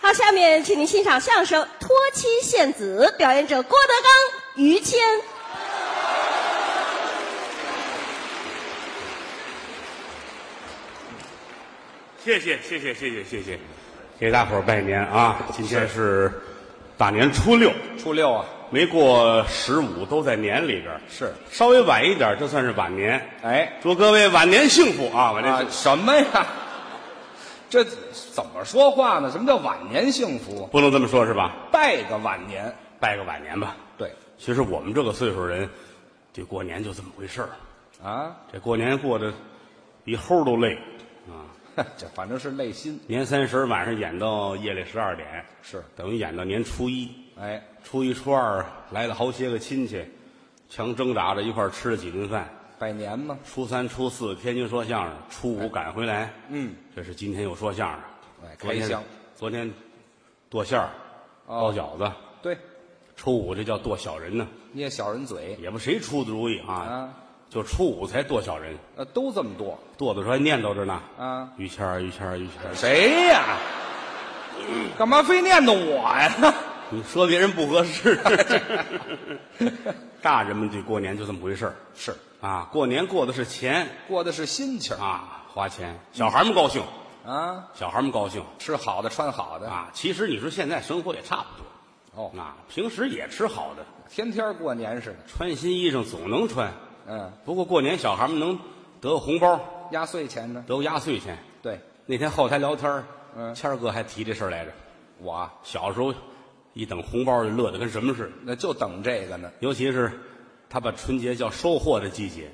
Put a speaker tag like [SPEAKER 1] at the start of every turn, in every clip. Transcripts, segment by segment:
[SPEAKER 1] 好，下面请您欣赏相声《托妻献子》，表演者郭德纲、于谦。
[SPEAKER 2] 谢谢谢谢谢谢谢谢，给大伙儿拜年啊！今天是大年初六，
[SPEAKER 3] 初六啊，
[SPEAKER 2] 没过十五都在年里边儿，
[SPEAKER 3] 是
[SPEAKER 2] 稍微晚一点儿，这算是晚年。
[SPEAKER 3] 哎
[SPEAKER 2] 祝各位晚年幸福啊！晚年
[SPEAKER 3] 啊
[SPEAKER 2] 幸福、
[SPEAKER 3] 什么呀？这怎么说话呢？什么叫晚年幸福？
[SPEAKER 2] 不能这么说，是吧？
[SPEAKER 3] 拜个晚年，
[SPEAKER 2] 拜个晚年吧。
[SPEAKER 3] 对
[SPEAKER 2] 其实我们这个岁数人，对过年就这么回事儿。
[SPEAKER 3] 啊，
[SPEAKER 2] 这过年过得比猴儿都累啊！
[SPEAKER 3] 哼这反正是累心
[SPEAKER 2] 年三十晚上演到夜里十二点，
[SPEAKER 3] 是
[SPEAKER 2] 等于演到年初一。
[SPEAKER 3] 哎，
[SPEAKER 2] 初一初二来了好些个亲戚，强挣扎着一块儿吃了几顿饭。
[SPEAKER 3] 拜年嘛，
[SPEAKER 2] 初三、初四天津说相声，初五赶回来。
[SPEAKER 3] 嗯，
[SPEAKER 2] 这是今天又说相声。
[SPEAKER 3] 哎
[SPEAKER 2] 昨天
[SPEAKER 3] 开箱
[SPEAKER 2] 昨天剁馅儿、包
[SPEAKER 3] 哦
[SPEAKER 2] 饺子，
[SPEAKER 3] 对，
[SPEAKER 2] 初五这叫剁小人呢，
[SPEAKER 3] 捏小人嘴
[SPEAKER 2] 也不谁出的主意啊，
[SPEAKER 3] 啊
[SPEAKER 2] 就初五才剁小人，
[SPEAKER 3] 呃，都这么多
[SPEAKER 2] 剁的时候还念叨着呢。
[SPEAKER 3] 啊？
[SPEAKER 2] 于谦儿，于谦儿，于谦儿，
[SPEAKER 3] 谁呀？干嘛非念叨我呀？
[SPEAKER 2] 你说别人不合适。 大人们对过年就这么回事儿
[SPEAKER 3] 是
[SPEAKER 2] 啊，过年过的是钱，
[SPEAKER 3] 过的是心情
[SPEAKER 2] 啊，花钱，小孩们高兴，
[SPEAKER 3] 啊，
[SPEAKER 2] 小孩们高兴
[SPEAKER 3] 吃好的，穿好的，
[SPEAKER 2] 啊。其实你说现在生活也差不多
[SPEAKER 3] 哦，
[SPEAKER 2] 啊，平时也吃好的，
[SPEAKER 3] 天天过年似的，
[SPEAKER 2] 穿新衣裳总能穿。
[SPEAKER 3] 嗯，
[SPEAKER 2] 不过过年小孩们能得个红包，
[SPEAKER 3] 压岁钱呢？
[SPEAKER 2] 得个压岁钱。
[SPEAKER 3] 对，
[SPEAKER 2] 那天后台聊天儿
[SPEAKER 3] 嗯
[SPEAKER 2] 谦儿哥还提这事儿来着。
[SPEAKER 3] 我啊
[SPEAKER 2] 小时候一等红包就乐得跟什么似的，
[SPEAKER 3] 那就等这个呢，
[SPEAKER 2] 尤其是他把春节叫收获的季节。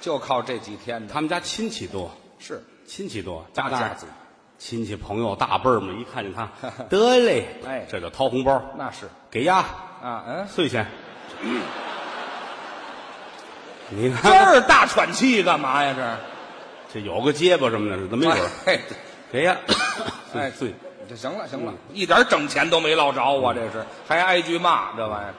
[SPEAKER 3] 就靠这几天呢。
[SPEAKER 2] 他们家亲戚多，
[SPEAKER 3] 是
[SPEAKER 2] 亲戚多，
[SPEAKER 3] 大
[SPEAKER 2] 家
[SPEAKER 3] 家
[SPEAKER 2] 大
[SPEAKER 3] 族
[SPEAKER 2] 亲戚朋友大辈儿们一看见他， 得嘞，
[SPEAKER 3] 哎
[SPEAKER 2] 这就掏红包。
[SPEAKER 3] 那是
[SPEAKER 2] 给呀，
[SPEAKER 3] 啊，嗯，
[SPEAKER 2] 碎钱。你
[SPEAKER 3] 这
[SPEAKER 2] 看
[SPEAKER 3] 儿大喘气干嘛呀？这儿
[SPEAKER 2] 这有个结巴什么的，怎么一会儿
[SPEAKER 3] 哎
[SPEAKER 2] 给呀，
[SPEAKER 3] 哎
[SPEAKER 2] 碎碎。
[SPEAKER 3] 这行了行了，一点整钱都没落着我这是还挨句骂这玩意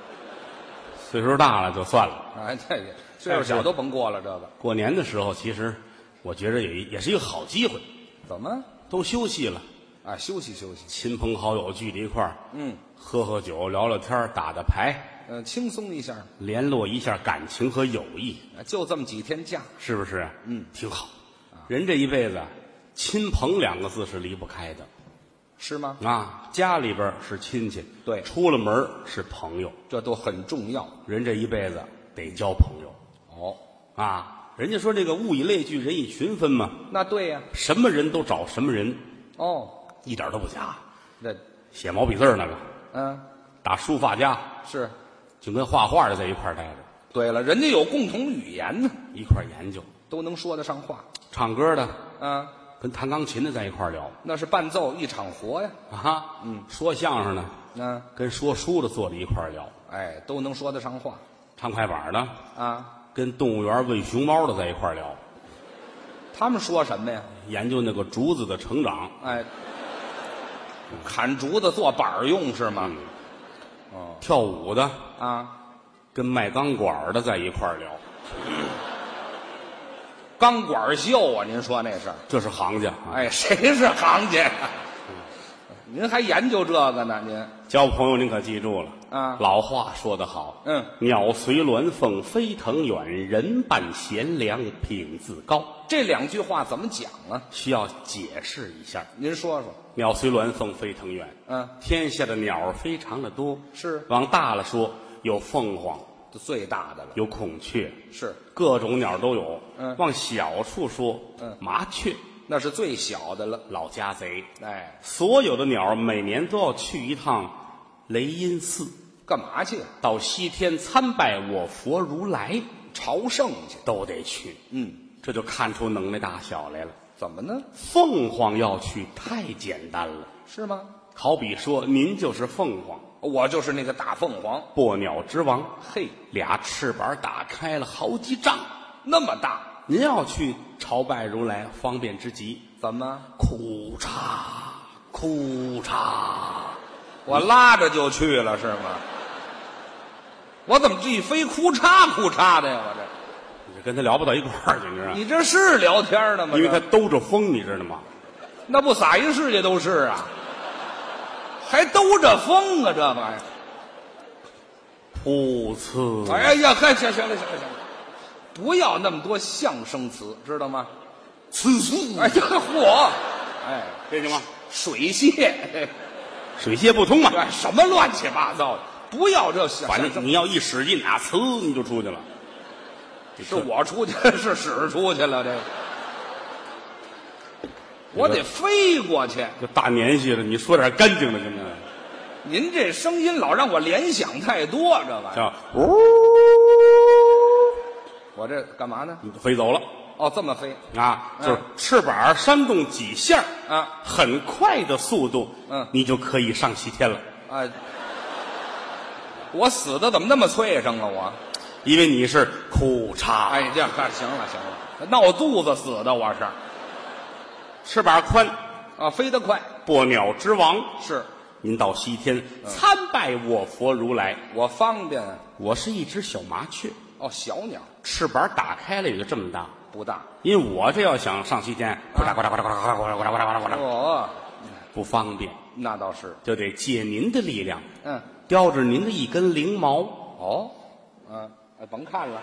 [SPEAKER 2] 岁数大了就算了。
[SPEAKER 3] 儿，哎，这也岁数小都甭过了，这个
[SPEAKER 2] 过年的时候，其实我觉着也也是一个好机会，
[SPEAKER 3] 怎么
[SPEAKER 2] 都休息了，
[SPEAKER 3] 啊？休息休息，
[SPEAKER 2] 亲朋好友聚在一块儿，
[SPEAKER 3] 嗯
[SPEAKER 2] 喝喝酒，聊聊天儿，打打牌，
[SPEAKER 3] 嗯，轻松一下，
[SPEAKER 2] 联络一下感情和友谊，
[SPEAKER 3] 啊就这么几天假，
[SPEAKER 2] 是不是？
[SPEAKER 3] 嗯，
[SPEAKER 2] 挺好。人这一辈子，亲朋两个字是离不开的。
[SPEAKER 3] 是吗？
[SPEAKER 2] 啊，家里边儿是亲戚，
[SPEAKER 3] 对
[SPEAKER 2] 出了门儿是朋友，
[SPEAKER 3] 这都很重要
[SPEAKER 2] 人这一辈子得交朋友
[SPEAKER 3] 哦。
[SPEAKER 2] 啊。人家说这个物以类聚，人以群分嘛，
[SPEAKER 3] 那对呀，
[SPEAKER 2] 什么人都找什么人，
[SPEAKER 3] 哦，
[SPEAKER 2] 一点儿都不假。
[SPEAKER 3] 这
[SPEAKER 2] 写毛笔字儿那个，
[SPEAKER 3] 嗯
[SPEAKER 2] 打书法家，
[SPEAKER 3] 是。
[SPEAKER 2] 就跟画画的在一块儿待着，
[SPEAKER 3] 对了，人家有共同语言呢，
[SPEAKER 2] 一块儿研究；
[SPEAKER 3] 都能说得上话
[SPEAKER 2] 唱歌的
[SPEAKER 3] 啊。
[SPEAKER 2] 跟弹钢琴的在一块儿聊
[SPEAKER 3] 那是伴奏一场活呀，
[SPEAKER 2] 啊，嗯，说相声的
[SPEAKER 3] 嗯，
[SPEAKER 2] 跟说书的坐在一块儿聊，
[SPEAKER 3] 哎，都能说得上话
[SPEAKER 2] 唱快板的
[SPEAKER 3] 啊。
[SPEAKER 2] 跟动物园喂熊猫的在一块儿聊，
[SPEAKER 3] 他们说什么呀？
[SPEAKER 2] 研究那个竹子的成长。
[SPEAKER 3] 哎，砍竹子做板儿用是吗？
[SPEAKER 2] 嗯
[SPEAKER 3] 哦
[SPEAKER 2] 跳舞的
[SPEAKER 3] 啊，
[SPEAKER 2] 跟卖钢管的在一块儿聊，
[SPEAKER 3] 钢管秀啊，您说那是？
[SPEAKER 2] 这是行家。啊，
[SPEAKER 3] 哎，谁是行家呀？您还研究这个呢？您
[SPEAKER 2] 交朋友您可记住了
[SPEAKER 3] 啊
[SPEAKER 2] 老话说得好，
[SPEAKER 3] 嗯
[SPEAKER 2] 鸟随鸾凤飞腾远，人伴贤良品自高。
[SPEAKER 3] 这两句话怎么讲啊？
[SPEAKER 2] 需要解释一下，
[SPEAKER 3] 您说说。
[SPEAKER 2] 鸟随鸾凤飞腾远，
[SPEAKER 3] 嗯，
[SPEAKER 2] 天下的鸟儿非常的多，
[SPEAKER 3] 是
[SPEAKER 2] 往大了说，有凤凰，
[SPEAKER 3] 这最大的了
[SPEAKER 2] 有孔雀，
[SPEAKER 3] 是，
[SPEAKER 2] 各种鸟儿都有。
[SPEAKER 3] 嗯
[SPEAKER 2] 往小处说，
[SPEAKER 3] 嗯
[SPEAKER 2] 麻雀、
[SPEAKER 3] 那是最小的了。
[SPEAKER 2] 老家贼，
[SPEAKER 3] 哎，
[SPEAKER 2] 所有的鸟儿每年都要去一趟雷音寺，
[SPEAKER 3] 干嘛去？啊
[SPEAKER 2] 到西天参拜我佛如来，
[SPEAKER 3] 朝圣去。
[SPEAKER 2] 都得去。
[SPEAKER 3] 嗯，
[SPEAKER 2] 这就看出能耐大小来了。
[SPEAKER 3] 怎么呢？
[SPEAKER 2] 凤凰要去太简单了，
[SPEAKER 3] 是吗？
[SPEAKER 2] 好比说您就是凤凰，
[SPEAKER 3] 我就是那个大凤凰。
[SPEAKER 2] 破鸟之王，
[SPEAKER 3] 嘿，
[SPEAKER 2] 俩翅膀打开了好几丈。
[SPEAKER 3] 那么大，
[SPEAKER 2] 您要去朝拜如来，方便之极。
[SPEAKER 3] 怎么？
[SPEAKER 2] 哭嚓，哭嚓，
[SPEAKER 3] 我拉着就去了是吗？我怎么这一飞哭嚓哭嚓的呀？我这，
[SPEAKER 2] 你就跟他聊不到一块儿去，你知道吗？
[SPEAKER 3] 你这是聊天呢吗？
[SPEAKER 2] 啊因为他
[SPEAKER 3] 这
[SPEAKER 2] 兜着风，你知道吗？
[SPEAKER 3] 那不撒一世界都是啊，还兜着风啊，这玩意儿。
[SPEAKER 2] 噗呲，
[SPEAKER 3] 哎呀，嗨，行行了行了行了，不要那么多相声词，知道吗？
[SPEAKER 2] 呲嗖，
[SPEAKER 3] 哎呀，嚯，哎，
[SPEAKER 2] 这行吗？
[SPEAKER 3] 水泄，
[SPEAKER 2] 水泄不通嘛，
[SPEAKER 3] 哎，什么乱七八糟的，不要这小
[SPEAKER 2] 反
[SPEAKER 3] 小
[SPEAKER 2] 正你要一使劲啊，呲你就出去了。
[SPEAKER 3] 是我出去， 是屎出去了，这个我得飞过去。
[SPEAKER 2] 这大年纪了，你说点干净的行不行？
[SPEAKER 3] 您这声音老让我联想太多，这玩意儿，
[SPEAKER 2] 叫呜，
[SPEAKER 3] 我这干嘛呢？
[SPEAKER 2] 你就飞走了
[SPEAKER 3] 哦，这么飞，
[SPEAKER 2] 啊！
[SPEAKER 3] 嗯
[SPEAKER 2] 就是翅膀扇动几下
[SPEAKER 3] 啊，
[SPEAKER 2] 很快的速度，
[SPEAKER 3] 嗯
[SPEAKER 2] 你就可以上西天了，
[SPEAKER 3] 哎，我死的怎么那么脆生啊？我，
[SPEAKER 2] 因为你是裤衩，
[SPEAKER 3] 哎，这嗨行了行了，闹肚子死的我是，
[SPEAKER 2] 翅膀宽，
[SPEAKER 3] 啊，飞得快
[SPEAKER 2] 破鸟之王。
[SPEAKER 3] 是
[SPEAKER 2] 您到西天
[SPEAKER 3] 嗯
[SPEAKER 2] 参拜我佛如来，
[SPEAKER 3] 我方便
[SPEAKER 2] 我是一只小麻雀，
[SPEAKER 3] 哦，小鸟
[SPEAKER 2] 翅膀打开了也就这么大。
[SPEAKER 3] 不大，
[SPEAKER 2] 因为我这要想上西天，呱嗒呱嗒呱嗒呱嗒呱嗒呱嗒呱嗒呱嗒呱嗒，
[SPEAKER 3] 哦，
[SPEAKER 2] 不方便，
[SPEAKER 3] 那倒是，
[SPEAKER 2] 就得借您的力量，
[SPEAKER 3] 嗯，
[SPEAKER 2] 叼着您的一根翎毛。
[SPEAKER 3] 哦，嗯、哎甭看了，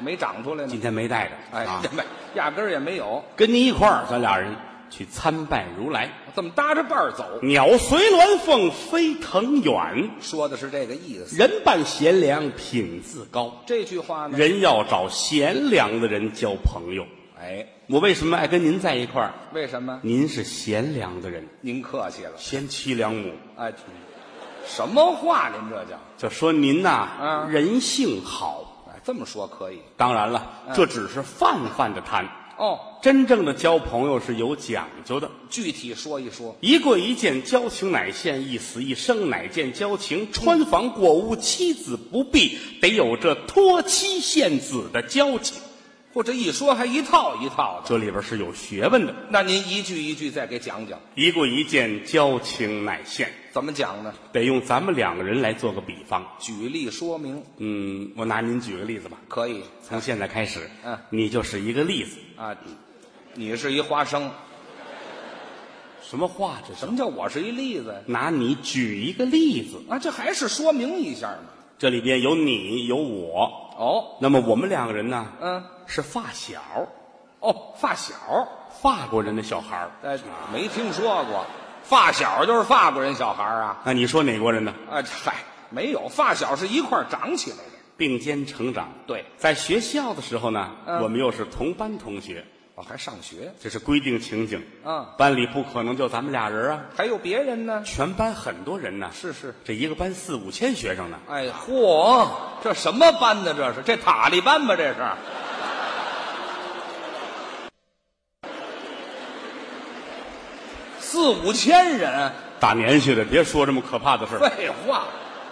[SPEAKER 3] 没长出来呢
[SPEAKER 2] 今，天没带着，
[SPEAKER 3] 哎，
[SPEAKER 2] 啊
[SPEAKER 3] 这，没 压根儿也没有，
[SPEAKER 2] 跟您一块儿，咱俩人去参拜如来。
[SPEAKER 3] 这么搭着伴儿走，
[SPEAKER 2] 鸟随鸾凤飞腾远，
[SPEAKER 3] 说的是这个意思。
[SPEAKER 2] 人伴贤良品自高。
[SPEAKER 3] 这句话呢，
[SPEAKER 2] 人要找贤良的人交朋友。
[SPEAKER 3] 哎，
[SPEAKER 2] 我为什么爱跟您在一块儿？
[SPEAKER 3] 为什么？
[SPEAKER 2] 您是贤良的人，
[SPEAKER 3] 您客气了，
[SPEAKER 2] 贤妻良母，
[SPEAKER 3] 哎，什么话您这叫？
[SPEAKER 2] 就说您呐、
[SPEAKER 3] 嗯
[SPEAKER 2] 人性好。
[SPEAKER 3] 哎，这么说可以
[SPEAKER 2] 当然
[SPEAKER 3] 嗯
[SPEAKER 2] 了，这只是泛泛的谈，
[SPEAKER 3] 哦。
[SPEAKER 2] 真正的交朋友是有讲究的。
[SPEAKER 3] 具体说一说，
[SPEAKER 2] 一跪一见，交情乃现；一死一生，乃见交情。穿房过屋，妻子不避，得有这托妻献子的交情。
[SPEAKER 3] 或者一说还一套一套的，
[SPEAKER 2] 这里边是有学问的。
[SPEAKER 3] 那您一句一句再给讲讲，
[SPEAKER 2] 一跪一见，交情乃现，
[SPEAKER 3] 怎么讲呢？
[SPEAKER 2] 得用咱们两个人来做个比方。
[SPEAKER 3] 举例说明
[SPEAKER 2] 嗯，我拿您举个例子吧。
[SPEAKER 3] 可以
[SPEAKER 2] 从现在开始，
[SPEAKER 3] 嗯
[SPEAKER 2] 你就是一个例子。
[SPEAKER 3] 啊。你是一花生，
[SPEAKER 2] 什么话这
[SPEAKER 3] 什
[SPEAKER 2] 是？
[SPEAKER 3] 么叫我是一例子呀？
[SPEAKER 2] 拿你举一个例子，
[SPEAKER 3] 啊，这还是说明一下嘛。
[SPEAKER 2] 这里边有你有我，
[SPEAKER 3] 哦，
[SPEAKER 2] 那么我们两个人呢，
[SPEAKER 3] 嗯，
[SPEAKER 2] 是发小，
[SPEAKER 3] 哦，发小，
[SPEAKER 2] 法国人的小孩儿。
[SPEAKER 3] 哎，没听说过，发小就是法国人小孩儿啊。
[SPEAKER 2] 那你说哪国人呢？
[SPEAKER 3] 啊，嗨，没有，发小是一块儿长起来的。
[SPEAKER 2] 并肩成长。
[SPEAKER 3] 对，
[SPEAKER 2] 在学校的时候呢，
[SPEAKER 3] 嗯
[SPEAKER 2] 我们又是同班同学，
[SPEAKER 3] 哦，还上学，
[SPEAKER 2] 这是规定情景。
[SPEAKER 3] 嗯
[SPEAKER 2] 班里不可能就咱们俩人啊，
[SPEAKER 3] 还有别人呢？
[SPEAKER 2] 全班很多人呢。
[SPEAKER 3] 是是，
[SPEAKER 2] 这一个班四五千学生呢，
[SPEAKER 3] 哎，嚯，这什么班呢？这是这塔利班吧？这是四五千人，
[SPEAKER 2] 大年纪的，别说这么可怕的事儿
[SPEAKER 3] 废话，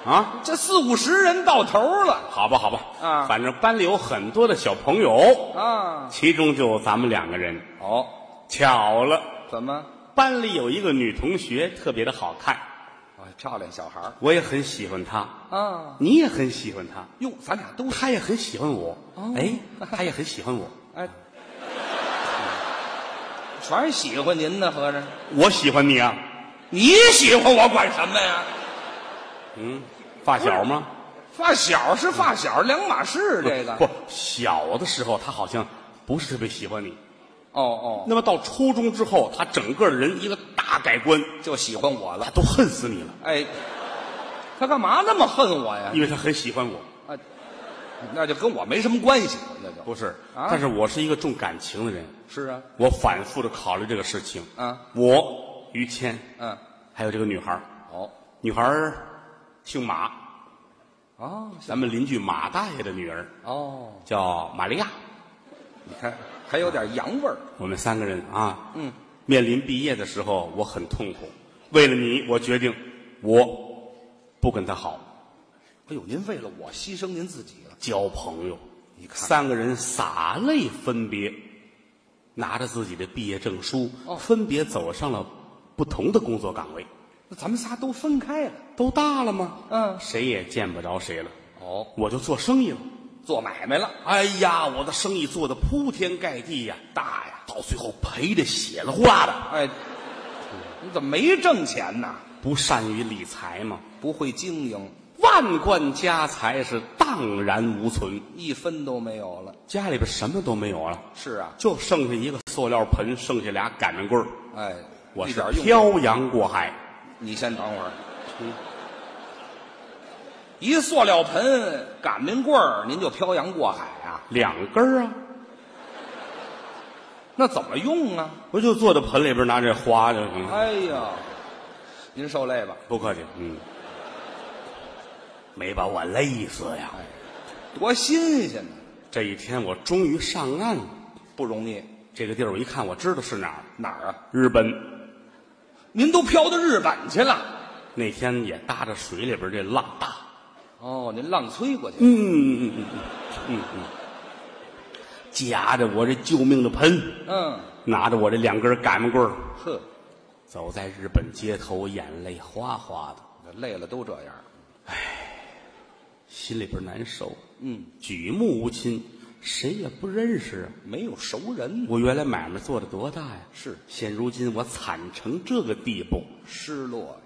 [SPEAKER 2] 啊！
[SPEAKER 3] 这四五十人到头了
[SPEAKER 2] 好吧，好吧，
[SPEAKER 3] 啊
[SPEAKER 2] 反正班里有很多的小朋友，
[SPEAKER 3] 啊！
[SPEAKER 2] 其中就咱们两个人。
[SPEAKER 3] 哦，
[SPEAKER 2] 巧了，
[SPEAKER 3] 怎么？
[SPEAKER 2] 班里有一个女同学特别的好看，
[SPEAKER 3] 啊，漂亮小孩儿
[SPEAKER 2] 我也很喜欢她，
[SPEAKER 3] 啊！
[SPEAKER 2] 你也很喜欢她，
[SPEAKER 3] 哟，咱俩都
[SPEAKER 2] 她也很喜欢我，
[SPEAKER 3] 哦
[SPEAKER 2] 哎，她也很喜欢我。
[SPEAKER 3] 哎， 全是喜欢您呢，合着
[SPEAKER 2] 我喜欢你啊，
[SPEAKER 3] 你喜欢我管什么呀？
[SPEAKER 2] 发小吗？
[SPEAKER 3] 发小是发小，两码事。这个
[SPEAKER 2] 不，小的时候他好像不是特别喜欢你。
[SPEAKER 3] 哦
[SPEAKER 2] 那么到初中之后，他整个人一个大改观，
[SPEAKER 3] 哦，就喜欢我
[SPEAKER 2] 他
[SPEAKER 3] 了。
[SPEAKER 2] 都恨死你了，
[SPEAKER 3] 哎，他干嘛那么恨我呀？
[SPEAKER 2] 因为他很喜欢我。
[SPEAKER 3] 啊，那就跟我没什么关系，那就
[SPEAKER 2] 不是，
[SPEAKER 3] 啊
[SPEAKER 2] 但是我是一个重感情的人，
[SPEAKER 3] 是啊，
[SPEAKER 2] 我反复的考虑这个事情。
[SPEAKER 3] 啊，
[SPEAKER 2] 我于谦，
[SPEAKER 3] 嗯，
[SPEAKER 2] 还有这个女孩儿，
[SPEAKER 3] 哦
[SPEAKER 2] 女孩儿姓马，
[SPEAKER 3] 哦
[SPEAKER 2] 咱们邻居马大爷的女儿
[SPEAKER 3] 哦，
[SPEAKER 2] 叫玛利亚。
[SPEAKER 3] 你看还有点洋味儿。
[SPEAKER 2] 我们三个人啊，
[SPEAKER 3] 嗯，
[SPEAKER 2] 面临毕业的时候，我很痛苦。为了你，我决定我不跟他好，
[SPEAKER 3] 哎呦，您为了我牺牲您自己了，
[SPEAKER 2] 交朋友。
[SPEAKER 3] 你看
[SPEAKER 2] 三个人洒泪分别，拿着自己的毕业证书，
[SPEAKER 3] 哦
[SPEAKER 2] 分别走上了不同的工作岗位。
[SPEAKER 3] 那咱们仨都分开了。
[SPEAKER 2] 都大了吗？
[SPEAKER 3] 嗯
[SPEAKER 2] 谁也见不着谁了，
[SPEAKER 3] 哦，
[SPEAKER 2] 我就做生意了。做买卖了。
[SPEAKER 3] 哎呀，我
[SPEAKER 2] 我的生意做的铺天盖地呀，大呀，到最后赔的血了呼啦的。
[SPEAKER 3] 哎，你怎么没挣钱呢？
[SPEAKER 2] 不善于理财嘛，
[SPEAKER 3] 不会经营，
[SPEAKER 2] 万贯家财是荡然无存，
[SPEAKER 3] 一分都没有了。
[SPEAKER 2] 家里边什么都没有了，
[SPEAKER 3] 是啊，
[SPEAKER 2] 就剩下一个塑料盆，剩下俩擀面棍儿。
[SPEAKER 3] 哎，
[SPEAKER 2] 我
[SPEAKER 3] 一
[SPEAKER 2] 是
[SPEAKER 3] 点用都没有。
[SPEAKER 2] 漂洋过海，
[SPEAKER 3] 你先等会儿。一塑料盆、擀面棍儿，您就漂洋过海啊？
[SPEAKER 2] 两根儿啊，
[SPEAKER 3] 那怎么用啊？
[SPEAKER 2] 不就坐在盆里边拿这花就行了？
[SPEAKER 3] 哎呀，您受累吧，
[SPEAKER 2] 不客气，嗯，没把我累死呀。
[SPEAKER 3] 哎多新鲜呢，
[SPEAKER 2] 这一天我终于上岸了，
[SPEAKER 3] 不容易。
[SPEAKER 2] 这个地儿我一看我知道是哪儿，
[SPEAKER 3] 哪儿啊？
[SPEAKER 2] 日本。
[SPEAKER 3] 您都飘到日本去了？
[SPEAKER 2] 那天也搭着水里边这浪大，
[SPEAKER 3] 哦，您浪吹过去。
[SPEAKER 2] 嗯嗯嗯嗯嗯嗯，夹着我这救命的盆，
[SPEAKER 3] 嗯，
[SPEAKER 2] 拿着我这两根擀面棍儿，
[SPEAKER 3] 呵，
[SPEAKER 2] 走在日本街头，眼泪哗哗的，
[SPEAKER 3] 累了都这样。
[SPEAKER 2] 心里边难受。
[SPEAKER 3] 嗯，
[SPEAKER 2] 举目无亲，谁也不认识啊。
[SPEAKER 3] 没有熟人，
[SPEAKER 2] 我原来买卖做的多大呀？
[SPEAKER 3] 是
[SPEAKER 2] 现如今我惨成这个地步，
[SPEAKER 3] 失落。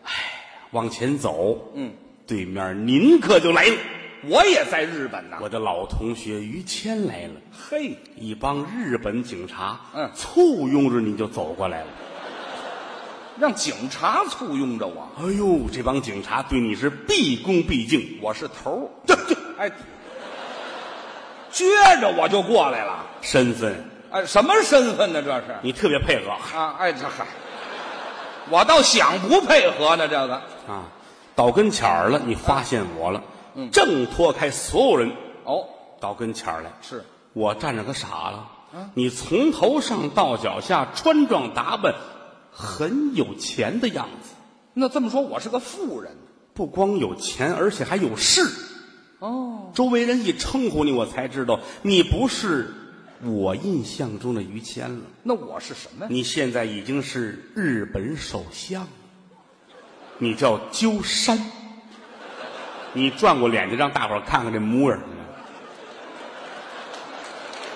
[SPEAKER 2] 往前走，
[SPEAKER 3] 嗯，
[SPEAKER 2] 对面您可就来了，
[SPEAKER 3] 我也在日本呢。
[SPEAKER 2] 我的老同学于谦来了，
[SPEAKER 3] 嘿，
[SPEAKER 2] 一帮日本警察，
[SPEAKER 3] 嗯
[SPEAKER 2] 簇拥着你就走过来了。
[SPEAKER 3] 让警察簇拥着我，
[SPEAKER 2] 哎呦，这帮警察对你是毕恭毕敬，
[SPEAKER 3] 我是头儿。
[SPEAKER 2] 这这
[SPEAKER 3] 哎，撅着我就过来了。
[SPEAKER 2] 身份
[SPEAKER 3] 哎，什么身份呢？这是
[SPEAKER 2] 你特别配合
[SPEAKER 3] 啊？哎，这嗨，我倒想不配合呢。这个
[SPEAKER 2] 啊！到跟前儿了，你发现我了，正脱开所有人，
[SPEAKER 3] 哦，
[SPEAKER 2] 到跟前儿来，
[SPEAKER 3] 是
[SPEAKER 2] 我站着可傻了。你从头上到脚下穿装打扮很有钱的样子，
[SPEAKER 3] 那这么说，我是个富人
[SPEAKER 2] 不光有钱，而且还有势。
[SPEAKER 3] 哦？
[SPEAKER 2] 周围人一称呼你，我才知道你不是我印象中的于谦了。
[SPEAKER 3] 那我是什么呀？
[SPEAKER 2] 你现在已经是日本首相，你叫鸠山。你转过脸去，让大伙儿看看这模样。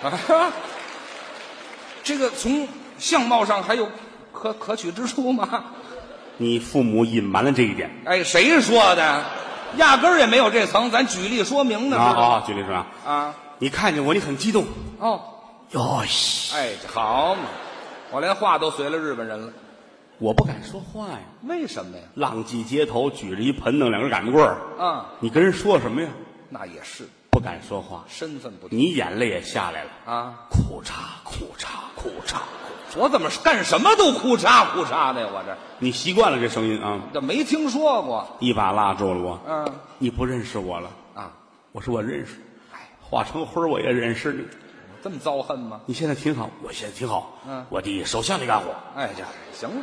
[SPEAKER 3] 啊， 这个从相貌上还有可可取之处吗？
[SPEAKER 2] 你父母隐瞒了这一点
[SPEAKER 3] 哎，谁说的？压根儿也没有这层，咱举例说明呢。
[SPEAKER 2] 啊
[SPEAKER 3] 是吧
[SPEAKER 2] 啊！举例说啊，
[SPEAKER 3] 啊
[SPEAKER 2] 你看见我，你很激动。
[SPEAKER 3] 哦，
[SPEAKER 2] 哟西，
[SPEAKER 3] 哎，好嘛，我连话都随了日本人了。
[SPEAKER 2] 我不敢说话呀。
[SPEAKER 3] 为什么呀？
[SPEAKER 2] 浪迹街头，举着一盆子，两根擀面棍儿。
[SPEAKER 3] 啊，
[SPEAKER 2] 你跟人说什么呀？
[SPEAKER 3] 那也是
[SPEAKER 2] 不敢说话，
[SPEAKER 3] 身份不同
[SPEAKER 2] 你眼泪也下来了。
[SPEAKER 3] 啊。
[SPEAKER 2] 苦嚓苦嚓苦嚓，
[SPEAKER 3] 我怎么干什么都哭嚓哭嚓的呀？我这
[SPEAKER 2] 你习惯了这声音啊？
[SPEAKER 3] 这没听说过。
[SPEAKER 2] 一把拉住了我。
[SPEAKER 3] 嗯
[SPEAKER 2] 你不认识我了？
[SPEAKER 3] 啊，
[SPEAKER 2] 我说我认识，哎，化成灰儿我也认识你。
[SPEAKER 3] 这么遭恨吗？
[SPEAKER 2] 你现在挺好，我现在挺好。
[SPEAKER 3] 嗯
[SPEAKER 2] 我第一手下你干活。
[SPEAKER 3] 哎，这行了，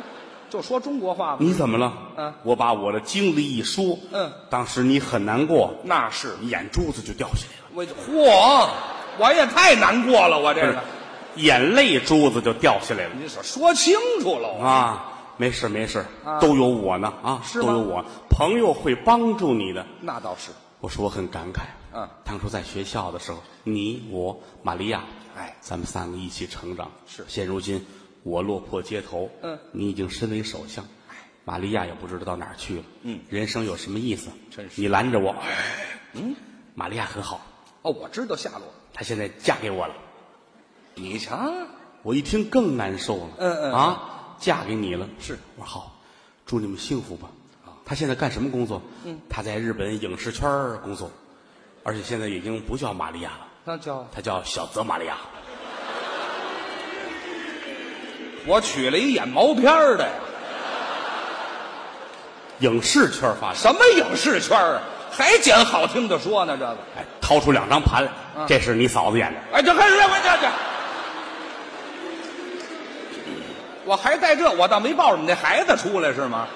[SPEAKER 3] 就说中国话吧。
[SPEAKER 2] 你怎么了？
[SPEAKER 3] 嗯
[SPEAKER 2] 我把我的经历一说，
[SPEAKER 3] 嗯，
[SPEAKER 2] 当时你很难过，
[SPEAKER 3] 那是
[SPEAKER 2] 你眼珠子就掉下来了，
[SPEAKER 3] 我嚯，我也太难过了，我这
[SPEAKER 2] 不
[SPEAKER 3] 个，
[SPEAKER 2] 是眼泪珠子就掉下来了
[SPEAKER 3] 你说说清楚了，
[SPEAKER 2] 啊。没事没事
[SPEAKER 3] 嗯啊，
[SPEAKER 2] 都有我呢啊，
[SPEAKER 3] 是
[SPEAKER 2] 都
[SPEAKER 3] 吗
[SPEAKER 2] 有我，朋友会帮助你的。
[SPEAKER 3] 那倒是，
[SPEAKER 2] 我说我很感慨，
[SPEAKER 3] 嗯，
[SPEAKER 2] 当初在学校的时候，你我玛利亚，
[SPEAKER 3] 哎
[SPEAKER 2] 咱们三个一起成长。
[SPEAKER 3] 是
[SPEAKER 2] 现如今我落魄街头，
[SPEAKER 3] 嗯，哎
[SPEAKER 2] 你已经身为首相，玛利亚也不知道到哪儿去了。
[SPEAKER 3] 嗯，
[SPEAKER 2] 人生有什么意思？
[SPEAKER 3] 真是
[SPEAKER 2] 你拦着我，嗯，玛利亚很好，
[SPEAKER 3] 哦，我知道下落，
[SPEAKER 2] 她现在嫁给我了。
[SPEAKER 3] 你瞧，
[SPEAKER 2] 我一听更难受了，
[SPEAKER 3] 嗯嗯
[SPEAKER 2] 啊，嫁给你了，
[SPEAKER 3] 是
[SPEAKER 2] 我说好，祝你们幸福吧。她现在干什么工作？嗯，她在日本影视圈儿工作，而且现在已经不叫玛利亚了。
[SPEAKER 3] 那叫
[SPEAKER 2] 他叫小泽玛利亚，
[SPEAKER 3] 我娶了一眼毛片儿的呀，
[SPEAKER 2] 影视圈发生。
[SPEAKER 3] 什么影视圈儿啊，还捡好听的说呢，这个，
[SPEAKER 2] 哎，掏出两张盘来，
[SPEAKER 3] 啊
[SPEAKER 2] 这是你嫂子演的。
[SPEAKER 3] 哎，这看这这这，我还带这，我倒没抱着你那孩子出来是吗？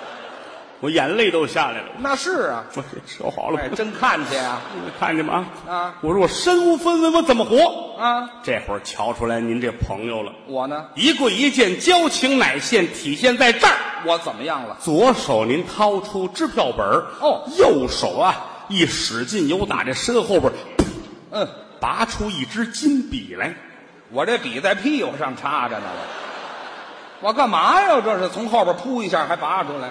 [SPEAKER 2] 我眼泪都下来了，
[SPEAKER 3] 那是啊，
[SPEAKER 2] 我这手好了，
[SPEAKER 3] 哎，真看去啊
[SPEAKER 2] 你看见吗？
[SPEAKER 3] 啊
[SPEAKER 2] 我说我身无分文，我怎么活？
[SPEAKER 3] 啊，
[SPEAKER 2] 这会儿瞧出来您这朋友了，
[SPEAKER 3] 我呢，
[SPEAKER 2] 一跪一见，交情乃现，体现在这儿。
[SPEAKER 3] 我怎么样了？
[SPEAKER 2] 左手您掏出支票本儿
[SPEAKER 3] 哦
[SPEAKER 2] 右手啊一使劲，由打这身后边儿
[SPEAKER 3] 嗯，
[SPEAKER 2] 拔出一支金笔来，
[SPEAKER 3] 我这笔在屁股上插着呢，我干嘛呀？这是从后边扑一下还拔出来？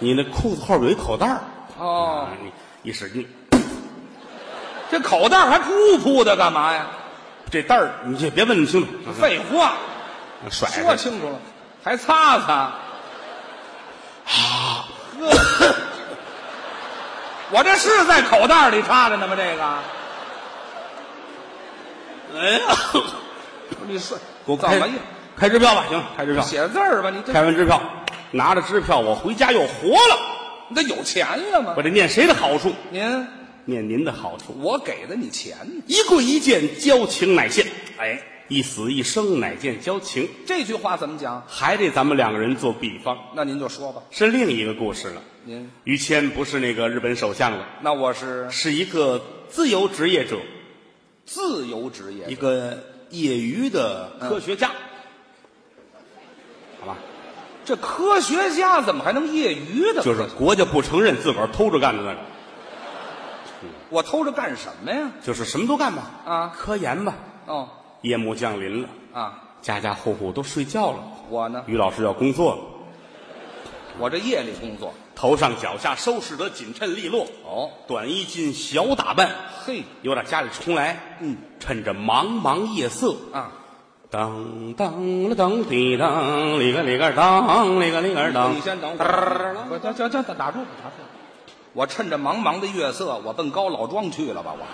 [SPEAKER 2] 你那裤子后边有一口袋儿，
[SPEAKER 3] 哦
[SPEAKER 2] 啊，，你一使劲，
[SPEAKER 3] 这口袋还噗噗的干嘛呀？
[SPEAKER 2] 这袋儿你就别问那么清楚，
[SPEAKER 3] 废话，
[SPEAKER 2] 甩
[SPEAKER 3] 说
[SPEAKER 2] 开
[SPEAKER 3] 清楚了，还擦擦。
[SPEAKER 2] 啊
[SPEAKER 3] 呵我这是在口袋里插着呢吗？这个，
[SPEAKER 2] 哎呀，
[SPEAKER 3] 你是
[SPEAKER 2] 给我
[SPEAKER 3] 怎
[SPEAKER 2] 开
[SPEAKER 3] 么呀？
[SPEAKER 2] 开支票吧，行，开支票，
[SPEAKER 3] 写字儿吧，你这
[SPEAKER 2] 开完支票，拿着支票我回家又活了，
[SPEAKER 3] 你这有钱了吗
[SPEAKER 2] 我？得念谁的好处？
[SPEAKER 3] 您，
[SPEAKER 2] 念您的好处，
[SPEAKER 3] 我给的你钱，
[SPEAKER 2] 一跪一见，交情乃现，
[SPEAKER 3] 哎，
[SPEAKER 2] 一死一生乃见交情，
[SPEAKER 3] 这句话怎么讲？
[SPEAKER 2] 还得咱们两个人做比方，
[SPEAKER 3] 那您就说吧，
[SPEAKER 2] 是另一个故事了。
[SPEAKER 3] 您。
[SPEAKER 2] 于谦不是那个日本首相了，
[SPEAKER 3] 那我是
[SPEAKER 2] 是一个自由职业者，
[SPEAKER 3] 自由职
[SPEAKER 2] 一
[SPEAKER 3] 业，
[SPEAKER 2] 个业余的
[SPEAKER 3] 嗯
[SPEAKER 2] 科学家，好吧？
[SPEAKER 3] 这科学家怎么还能业余的？
[SPEAKER 2] 就是国家不承认自个儿偷着干的那种，
[SPEAKER 3] 我偷着干什么呀？
[SPEAKER 2] 就是什么都干吧，
[SPEAKER 3] 啊
[SPEAKER 2] 科研吧。
[SPEAKER 3] 哦
[SPEAKER 2] 夜幕降临了，
[SPEAKER 3] 啊，
[SPEAKER 2] 家家户户都睡觉了，
[SPEAKER 3] 我呢？
[SPEAKER 2] 于老师要工作了，
[SPEAKER 3] 我这夜里工作。
[SPEAKER 2] 头上脚下收拾得紧趁利落，
[SPEAKER 3] 哦，
[SPEAKER 2] 短衣襟，小打扮，
[SPEAKER 3] 嘿
[SPEAKER 2] 有点家里重来。
[SPEAKER 3] 嗯，
[SPEAKER 2] 趁着茫茫夜色，
[SPEAKER 3] 啊，
[SPEAKER 2] 当当了当滴当，里个里个当，里个里个当。
[SPEAKER 3] 你先等会儿，我这这这打住打住！我趁着茫茫的月色，我奔高老庄去了吧？我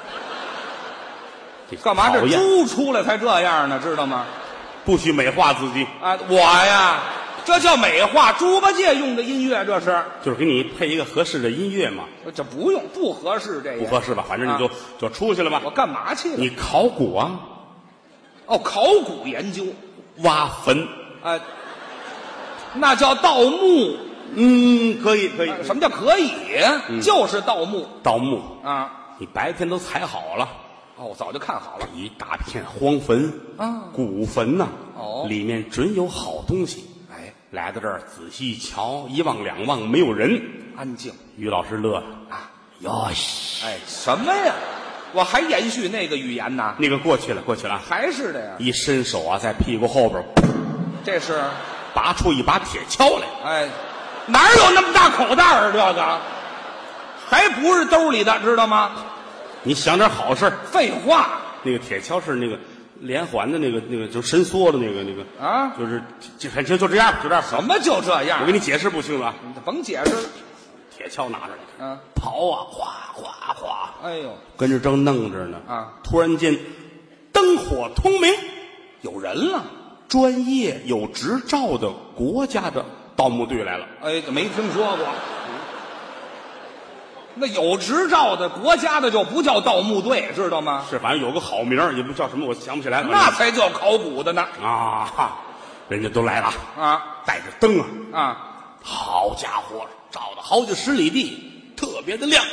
[SPEAKER 2] 这
[SPEAKER 3] 干嘛？
[SPEAKER 2] 讨
[SPEAKER 3] 这
[SPEAKER 2] 厌
[SPEAKER 3] 猪出来才这样呢，知道吗？
[SPEAKER 2] 不许美化自己，
[SPEAKER 3] 啊，我呀，这叫美化，猪八戒用的音乐这是，
[SPEAKER 2] 就是给你配一个合适的音乐嘛，
[SPEAKER 3] 这不用不合适这
[SPEAKER 2] 不
[SPEAKER 3] 个。
[SPEAKER 2] 合适吧？反正你就、就出去了吧
[SPEAKER 3] 我。干嘛去了？
[SPEAKER 2] 你考古啊，
[SPEAKER 3] 哦，考古研究。
[SPEAKER 2] 挖坟，
[SPEAKER 3] 啊，那叫盗墓。
[SPEAKER 2] 嗯，可以可以。
[SPEAKER 3] 什么叫可以？就是盗墓
[SPEAKER 2] 盗墓，
[SPEAKER 3] 啊！
[SPEAKER 2] 你白天都踩好了，
[SPEAKER 3] 哦，我早就看好了。
[SPEAKER 2] 一大片荒坟
[SPEAKER 3] 啊
[SPEAKER 2] 古坟呐、
[SPEAKER 3] 哦
[SPEAKER 2] 里面准有好东西。
[SPEAKER 3] 哎，
[SPEAKER 2] 来到这儿仔细一瞧，一望两望没有人，
[SPEAKER 3] 安静
[SPEAKER 2] 于老师乐了，
[SPEAKER 3] 啊！
[SPEAKER 2] 哟西，
[SPEAKER 3] 哎，什么呀？我还延续那个语言呢，
[SPEAKER 2] 那个过去了，过去了啊。
[SPEAKER 3] 还是的呀。
[SPEAKER 2] 一伸手啊，在屁股后边
[SPEAKER 3] 这是
[SPEAKER 2] 拔出一把铁锹来，
[SPEAKER 3] 哎，哪有那么大口袋儿啊？这个还不是兜里的，知道吗？
[SPEAKER 2] 你想点好事儿
[SPEAKER 3] 废话
[SPEAKER 2] 那个铁锹是那个连环的那个那个，就是伸缩的那个那个，
[SPEAKER 3] 啊！
[SPEAKER 2] 就是就反正就这样吧，就这样吧。
[SPEAKER 3] 什么就这
[SPEAKER 2] 我
[SPEAKER 3] 样
[SPEAKER 2] 给？你解释不清楚啊。
[SPEAKER 3] 你甭解释了。
[SPEAKER 2] 铁锹拿着来，
[SPEAKER 3] 嗯、
[SPEAKER 2] 刨啊，哗哗哗，
[SPEAKER 3] 哎呦，
[SPEAKER 2] 跟这正弄着呢
[SPEAKER 3] 啊！
[SPEAKER 2] 突然间，灯火通明，
[SPEAKER 3] 有人了。
[SPEAKER 2] 专业有执照的国家的盗墓队来了。
[SPEAKER 3] 哎，没听说过。那有执照的国家的就不叫盗墓队，知道吗？
[SPEAKER 2] 是，反正有个好名儿，也不叫什么，我想不起来了。
[SPEAKER 3] 那才叫考古的呢！
[SPEAKER 2] 啊，哈人家都来了，
[SPEAKER 3] 啊
[SPEAKER 2] 带着灯啊，
[SPEAKER 3] 啊，
[SPEAKER 2] 好家伙，照的好几十里地，特别的亮。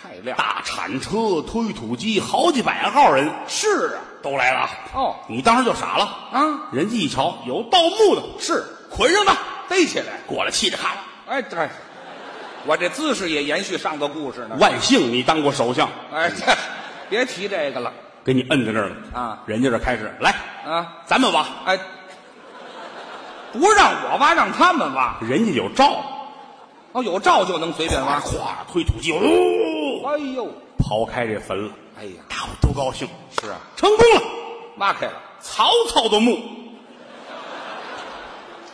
[SPEAKER 3] 太亮了！
[SPEAKER 2] 大铲车、推土机，好几百号人
[SPEAKER 3] 是啊，
[SPEAKER 2] 都来了。
[SPEAKER 3] 哦
[SPEAKER 2] 你当时就傻了
[SPEAKER 3] 啊！
[SPEAKER 2] 人家一瞧有盗墓的，
[SPEAKER 3] 是
[SPEAKER 2] 捆上他，
[SPEAKER 3] 逮起来！
[SPEAKER 2] 过来嘁里咔嚓。
[SPEAKER 3] 哎，对，我这姿势也延续上个故事呢。
[SPEAKER 2] 万幸你当过首相，
[SPEAKER 3] 哎，这别提这个了
[SPEAKER 2] 给你摁在这儿了
[SPEAKER 3] 啊
[SPEAKER 2] 人家这开始来，
[SPEAKER 3] 啊！
[SPEAKER 2] 咱们挖，
[SPEAKER 3] 哎，不让我挖，让他们挖。
[SPEAKER 2] 人家有照，
[SPEAKER 3] 哦，有照就能随便
[SPEAKER 2] 咵
[SPEAKER 3] 挖。
[SPEAKER 2] 咵推土机，哦，
[SPEAKER 3] 哎呦，
[SPEAKER 2] 刨开这坟了，
[SPEAKER 3] 哎呀，
[SPEAKER 2] 大伙都高兴，
[SPEAKER 3] 是啊，
[SPEAKER 2] 成功了。
[SPEAKER 3] 挖开了。
[SPEAKER 2] 曹操的墓，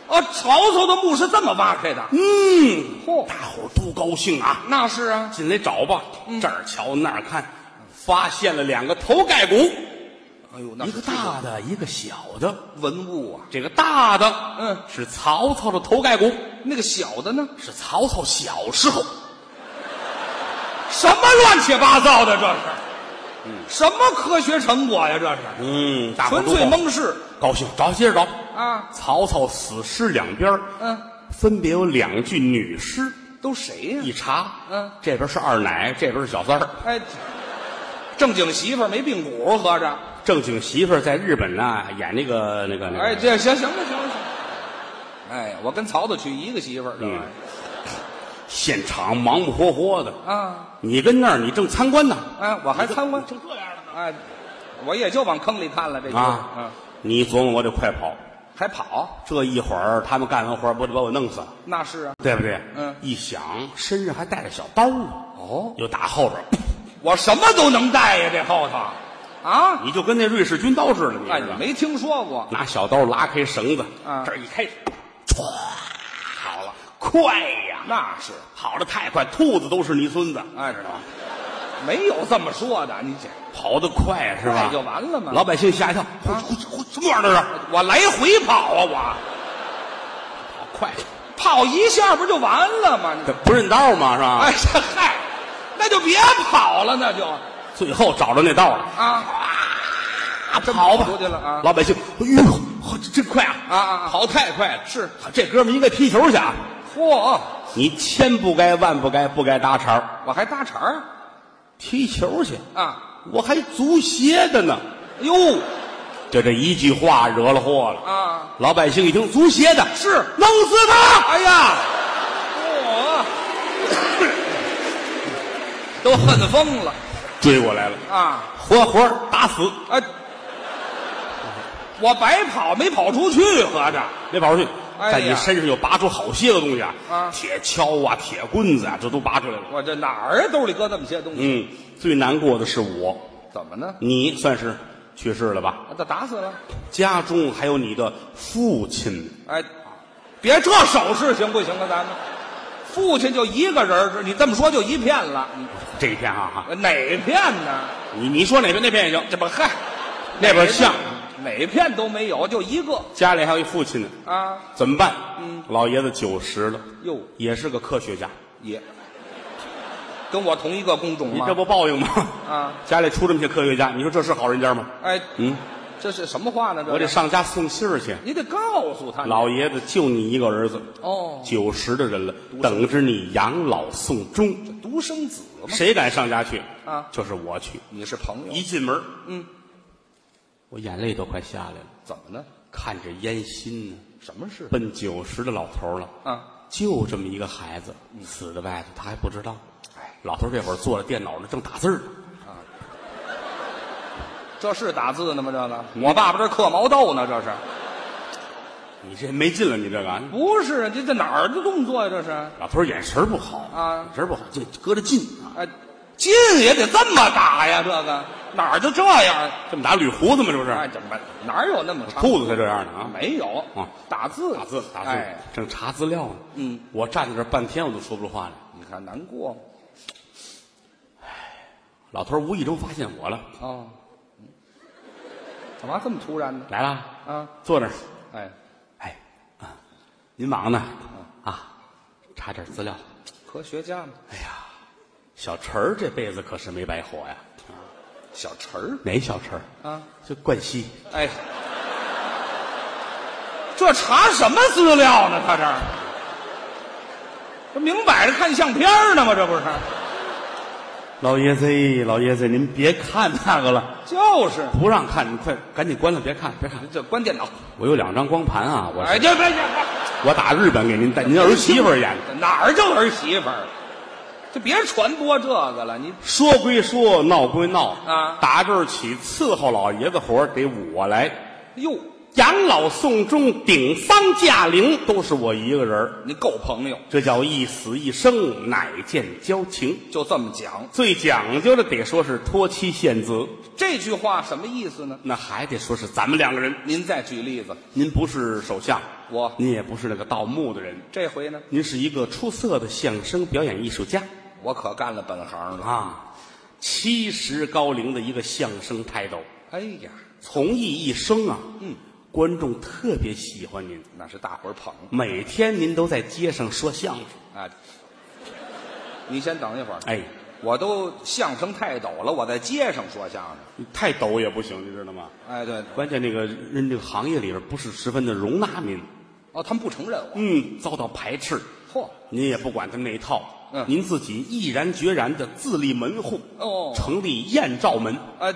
[SPEAKER 3] 哦，曹操的墓是这么挖开的。
[SPEAKER 2] 嗯，
[SPEAKER 3] 嚯、
[SPEAKER 2] 大伙儿都高兴啊。
[SPEAKER 3] 那是啊，
[SPEAKER 2] 进来找吧，这儿瞧那儿看，发现了两个头盖骨，
[SPEAKER 3] 哎呦，那
[SPEAKER 2] 一
[SPEAKER 3] 是
[SPEAKER 2] 个大的，一个小的。
[SPEAKER 3] 文物啊，
[SPEAKER 2] 这个大的，
[SPEAKER 3] 嗯
[SPEAKER 2] 是曹操的头盖骨，
[SPEAKER 3] 那个小的呢？
[SPEAKER 2] 是曹操小时候。
[SPEAKER 3] 什么乱七八糟的这是？什么科学成果呀？这是
[SPEAKER 2] 嗯，大伙儿
[SPEAKER 3] 纯
[SPEAKER 2] 都
[SPEAKER 3] 粹
[SPEAKER 2] 高兴
[SPEAKER 3] 蒙事
[SPEAKER 2] 高兴，找接着找。
[SPEAKER 3] 啊！
[SPEAKER 2] 曹操死尸两边儿
[SPEAKER 3] 嗯，
[SPEAKER 2] 分别有两具女尸，
[SPEAKER 3] 都谁呀、
[SPEAKER 2] 一查，
[SPEAKER 3] 嗯，
[SPEAKER 2] 这边是二奶，这边是小三儿。
[SPEAKER 3] 哎，正经媳妇儿没病骨，合着。
[SPEAKER 2] 正经媳妇儿在日本呢，演那个那个那个，
[SPEAKER 3] 哎，这行行了行了行了。哎，我跟曹操娶一个媳妇儿，这玩意儿
[SPEAKER 2] 现场忙忙活活的。
[SPEAKER 3] 啊！
[SPEAKER 2] 嗯你跟那儿，你正参观呢，
[SPEAKER 3] 哎，我还参观
[SPEAKER 2] 成这样了呢。
[SPEAKER 3] 哎，我也就往坑里看了这
[SPEAKER 2] 啊！
[SPEAKER 3] 嗯，
[SPEAKER 2] 你一琢磨我得快跑，
[SPEAKER 3] 还跑？
[SPEAKER 2] 这一会儿他们干完活儿不得把我弄死了，
[SPEAKER 3] 那是啊。
[SPEAKER 2] 对不对？
[SPEAKER 3] 嗯
[SPEAKER 2] 一想身上还带着小包呢，
[SPEAKER 3] 哦，
[SPEAKER 2] 又打后边儿，
[SPEAKER 3] 我什么都能带呀，这后头啊，
[SPEAKER 2] 你就跟那瑞士军刀似的，你
[SPEAKER 3] 哎
[SPEAKER 2] 知道，吗？
[SPEAKER 3] 没听说过。
[SPEAKER 2] 拿小刀拉开绳子，
[SPEAKER 3] 啊
[SPEAKER 2] 这儿一开，歘，好了，快呀！
[SPEAKER 3] 那是，
[SPEAKER 2] 跑得太快，兔子都是你孙子，
[SPEAKER 3] 哎，知道吗？没有这么说的，你这
[SPEAKER 2] 跑得快是吧？
[SPEAKER 3] 哎快就完了啊嘛
[SPEAKER 2] 老百姓吓一跳，呼呼呼什么玩意儿这是？
[SPEAKER 3] 我来回跑啊，
[SPEAKER 2] 跑快，
[SPEAKER 3] 我跑一下不就完了吗？
[SPEAKER 2] 这不认道嘛是吧？
[SPEAKER 3] 哎，这嗨，那就别跑了，那就
[SPEAKER 2] 最后找着那道了，
[SPEAKER 3] 啊
[SPEAKER 2] 啊，跑吧
[SPEAKER 3] 出去了啊
[SPEAKER 2] 老百姓，哎呦，呵这真快啊！
[SPEAKER 3] 啊啊，跑太快了是，
[SPEAKER 2] 这哥们儿应该踢球去啊！
[SPEAKER 3] 嚯，
[SPEAKER 2] 你千不该万不该，不该搭茬儿
[SPEAKER 3] 我还搭茬儿
[SPEAKER 2] 踢球去，
[SPEAKER 3] 啊，
[SPEAKER 2] 我还足协的呢。
[SPEAKER 3] 哟
[SPEAKER 2] 就这一句话惹了祸了。
[SPEAKER 3] 啊，
[SPEAKER 2] 老百姓一听足协的，
[SPEAKER 3] 是，
[SPEAKER 2] 弄死他！
[SPEAKER 3] 哎呀，嚯，都恨疯了
[SPEAKER 2] 追过来了，
[SPEAKER 3] 啊！
[SPEAKER 2] 活活打死，
[SPEAKER 3] 哎，我白跑没跑出去，合着
[SPEAKER 2] 没跑出去。
[SPEAKER 3] 哎呀
[SPEAKER 2] 在你身上又拔出好些个东西啊，
[SPEAKER 3] 啊
[SPEAKER 2] 铁锹啊，铁棍子啊，这都拔出来了。
[SPEAKER 3] 我这哪儿啊？兜里搁那么些东西，
[SPEAKER 2] 嗯，最难过的是我，
[SPEAKER 3] 怎么呢？
[SPEAKER 2] 你算是去世了吧？
[SPEAKER 3] 啊，这打死了！
[SPEAKER 2] 家中还有你的父亲，
[SPEAKER 3] 哎，别这手势行不行啊？咱们父亲就一个人儿，你这么说就一片了，
[SPEAKER 2] 这一片啊哈，
[SPEAKER 3] 你哪片呢？
[SPEAKER 2] 你你说哪边那边也行，
[SPEAKER 3] 这不嗨，
[SPEAKER 2] 那边像
[SPEAKER 3] 哪片都没有，就一个
[SPEAKER 2] 家里还有一父亲呢，
[SPEAKER 3] 啊！
[SPEAKER 2] 怎么办？老爷子九十了，
[SPEAKER 3] 哟，
[SPEAKER 2] 也是个科学家，
[SPEAKER 3] 也跟我同一个工种
[SPEAKER 2] 你
[SPEAKER 3] 吗？
[SPEAKER 2] 这不报应 吗？
[SPEAKER 3] 啊，
[SPEAKER 2] 家里出这么些科学家，你说这是好人家吗？
[SPEAKER 3] 哎，
[SPEAKER 2] 嗯，
[SPEAKER 3] 这是什么话呢？这
[SPEAKER 2] 我得上家送信儿去。
[SPEAKER 3] 你得告诉他
[SPEAKER 2] 老爷子就你一个儿子，
[SPEAKER 3] 哦，
[SPEAKER 2] 九十的人了，等着你养老送终，
[SPEAKER 3] 独生子嘛，
[SPEAKER 2] 谁敢上家去
[SPEAKER 3] 啊
[SPEAKER 2] 就是我去。
[SPEAKER 3] 你是朋友，
[SPEAKER 2] 一进门，
[SPEAKER 3] 嗯，
[SPEAKER 2] 我眼泪都快下来了，
[SPEAKER 3] 怎么呢？
[SPEAKER 2] 看着烟熏呢，
[SPEAKER 3] 什么事
[SPEAKER 2] 奔九十的老头了，
[SPEAKER 3] 啊？
[SPEAKER 2] 就这么一个孩子，死在外头，他还不知道。
[SPEAKER 3] 哎，
[SPEAKER 2] 老头这会儿坐着电脑呢，正打字呢。
[SPEAKER 3] 这是打字呢吗？这个，我爸爸这刻毛豆呢，这是
[SPEAKER 2] 你这没劲了，你这个啊
[SPEAKER 3] 不是？这这哪儿的动作呀？这是？
[SPEAKER 2] 老头眼神不好
[SPEAKER 3] 啊
[SPEAKER 2] 眼神不好，就隔着近啊，
[SPEAKER 3] 哎，进也得这么打呀，这个哪儿就这样？
[SPEAKER 2] 这么打捋胡子嘛，这不是？
[SPEAKER 3] 哎，怎么办哪儿有那么长？
[SPEAKER 2] 兔子才这样的啊！
[SPEAKER 3] 没有
[SPEAKER 2] 啊
[SPEAKER 3] 打字
[SPEAKER 2] 打字打字，
[SPEAKER 3] 哎，
[SPEAKER 2] 正查资料呢。
[SPEAKER 3] 嗯，
[SPEAKER 2] 我站在这儿半天，我都说不出话来。
[SPEAKER 3] 你看难过吗
[SPEAKER 2] 老头儿无意中发现我了，
[SPEAKER 3] 哦，嗯干嘛这么突然呢？
[SPEAKER 2] 来了，
[SPEAKER 3] 啊，
[SPEAKER 2] 坐那儿。
[SPEAKER 3] 哎，
[SPEAKER 2] 哎，啊，您忙呢？
[SPEAKER 3] 嗯
[SPEAKER 2] 啊，查点资料。
[SPEAKER 3] 科学家嘛，
[SPEAKER 2] 小陈儿这辈子可是没白活呀。
[SPEAKER 3] 小陈儿
[SPEAKER 2] 哪小陈儿？
[SPEAKER 3] 啊，
[SPEAKER 2] 就冠希。
[SPEAKER 3] 哎，这查什么资料呢？他这儿这明摆着看相片儿呢吗？这不是，
[SPEAKER 2] 老爷子，老爷子，您别看那个了，
[SPEAKER 3] 就是
[SPEAKER 2] 不让看，你快赶紧关了，别看，别看。
[SPEAKER 3] 这关电脑，
[SPEAKER 2] 我有两张光盘啊，我
[SPEAKER 3] 哎，
[SPEAKER 2] 是
[SPEAKER 3] 这别别。
[SPEAKER 2] 我打日本给您带，您儿媳妇儿演的。
[SPEAKER 3] 哪儿叫儿媳妇儿？就别传播这个了，你
[SPEAKER 2] 说归说，闹归闹
[SPEAKER 3] 啊
[SPEAKER 2] 打这儿起伺候老爷子活儿得我来，
[SPEAKER 3] 哟，
[SPEAKER 2] 养老送终、顶丧驾灵都是我一个人儿
[SPEAKER 3] 你够朋友，
[SPEAKER 2] 这叫一死一生，乃见交情。
[SPEAKER 3] 就这么讲。
[SPEAKER 2] 最讲究的得说是托妻献子，
[SPEAKER 3] 这句话什么意思呢？
[SPEAKER 2] 那还得说是咱们两个人。
[SPEAKER 3] 您再举例子，
[SPEAKER 2] 您不是首相，
[SPEAKER 3] 我
[SPEAKER 2] 您也不是那个盗墓的人，
[SPEAKER 3] 这回呢，
[SPEAKER 2] 您是一个出色的相声表演艺术家
[SPEAKER 3] 我可干了本行了。
[SPEAKER 2] 啊，七十高龄的一个相声泰斗。
[SPEAKER 3] 哎呀，
[SPEAKER 2] 从艺一生啊，
[SPEAKER 3] 嗯，
[SPEAKER 2] 观众特别喜欢您，
[SPEAKER 3] 那是大伙儿捧
[SPEAKER 2] 每天您都在街上说相声，
[SPEAKER 3] 啊。你先等一会儿，
[SPEAKER 2] 哎，
[SPEAKER 3] 我都相声太抖了，我在街上说相声。
[SPEAKER 2] 太抖也不行，你知道吗？
[SPEAKER 3] 哎，对，
[SPEAKER 2] 关键这个人这个行业里边不是十分的容纳您，
[SPEAKER 3] 哦，他们不承认我。
[SPEAKER 2] 嗯，遭到排斥，
[SPEAKER 3] 嚯，
[SPEAKER 2] 您也不管他们那一套，
[SPEAKER 3] 嗯
[SPEAKER 2] 您自己毅然决然的自立门户，
[SPEAKER 3] 哦
[SPEAKER 2] 成立燕赵门，
[SPEAKER 3] 哎，